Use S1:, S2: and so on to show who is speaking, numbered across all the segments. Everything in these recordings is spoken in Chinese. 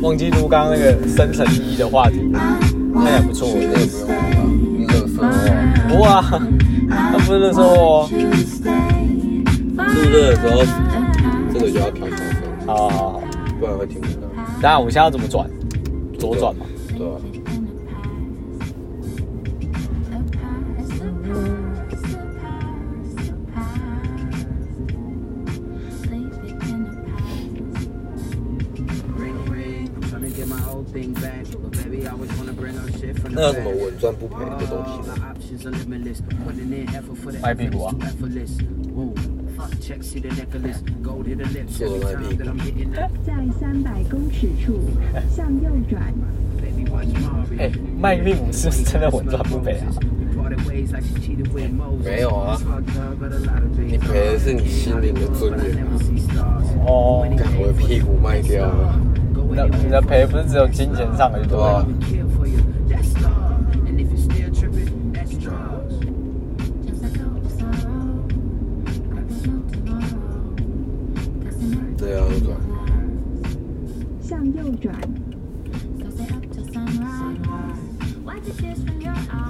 S1: 忘记录刚刚那个深层意义的话题，看起来不错。
S2: 绝对不用吧？你乐色哦，
S1: 不啊哇，那不是那时候哦。
S2: 录乐的时候这个就要调高分，
S1: 好好好，好
S2: 不然会听不到。
S1: 等一下我们现在要怎么转？左转嘛。
S2: 对啊，那有什么稳赚不赔的东西呢？
S3: 卖屁股啊！
S2: 做卖屁股
S4: 在三百公尺处向右转。
S1: 哎、卖屁股是不是真的稳赚不赔啊？
S2: 没有啊，你赔的是你心灵的尊严啊！
S1: 哦，
S2: 干我的屁股卖掉了，
S1: 你的你的赔不是只有金钱上的就对啊
S2: 对
S1: 了。
S2: 吧？这样转，
S4: 向右转，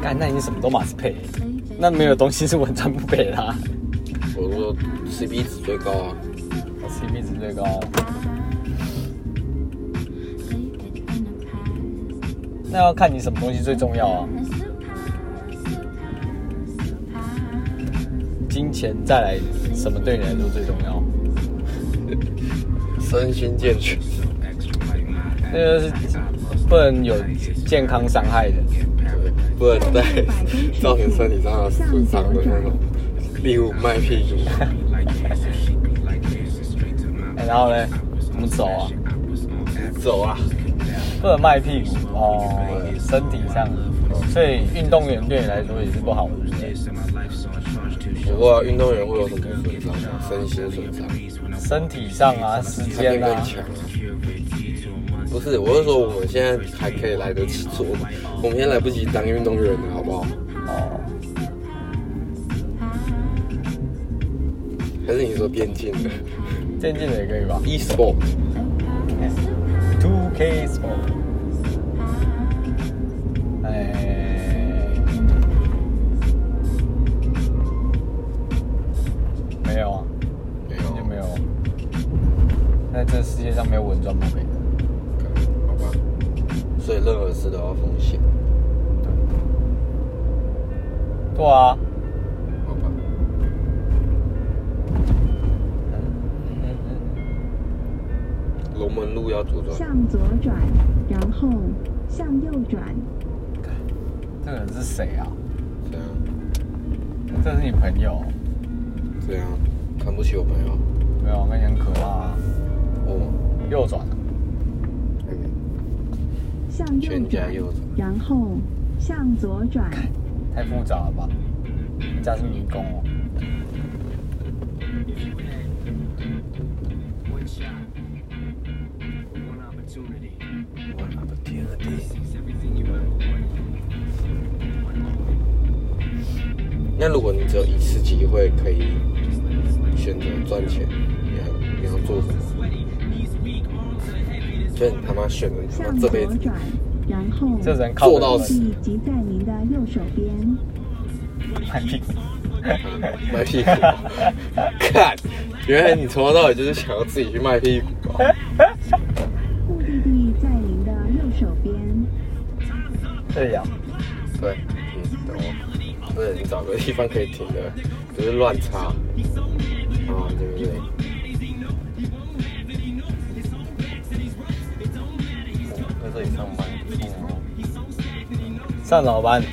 S1: 干，那你什么都马是赔，那没有东西是稳赚不赔啦、
S2: 我说 CP 值最高啊，
S1: CP 值最高，那要看你什么东西最重要啊，金钱再来什么对你来说最重要？
S2: 身心健全，
S1: 那个是不能有健康伤害的。
S2: 对，不能再造成身体上的损伤的那种。例如卖屁股，
S1: 哎然后呢，怎么走啊？
S2: 走啊！
S1: 不能卖屁股哦，身体上，所以运动员对你来说也是不好的。
S2: 不过运动员会有什么损伤吗？身心损伤，
S1: 身体上啊，时
S2: 他变
S1: 间
S2: 更
S1: 啊，
S2: 强啊。不是，我是说我们现在还可以来得及做，我们现在来不及当运动员了，好不好？
S1: 哦，
S2: 还是你说电竞的
S1: 渐进的也可以吧
S2: e-sport？
S1: ？Two K Sport，哎，没有啊，
S2: 没
S1: 就没有。在这世界上没有稳赚不赔的。
S2: 好吧。所以任何事都要风险，
S1: 对啊，
S2: 好吧？
S1: 嗯
S2: 龙门路要左转，
S4: 向左转，然后向右转，
S1: 这个人是谁啊？
S2: 这样
S1: 这是你朋友？
S2: 这样，看不起我朋友，
S1: 没有，我跟你很可怕啊。
S2: 哦，
S1: 右转，
S2: 嗯，
S4: 向右
S2: 全家
S4: 转，
S2: 右转，
S4: 然后向左转，
S1: 太复杂了吧？你家是迷宫哦。
S2: 我哪个天啊地？那如果你只有一次机会可以选择赚钱，你要你要做什么？就你他妈选择你他
S4: 向
S2: 妈这辈
S4: 左
S2: 子
S4: 转，然后
S1: 这人靠
S2: 做到死
S4: 地即在您的右手边，
S1: 卖 屁股。
S2: 卖屁股， 看，原来你从头到尾就是想要自己去卖屁股、哦，
S4: 目的地在您的右手边。
S1: 对呀、
S2: 对，嗯，懂我，不是你找个地方可以停的，不是乱插，啊，对不对？
S1: 上老班。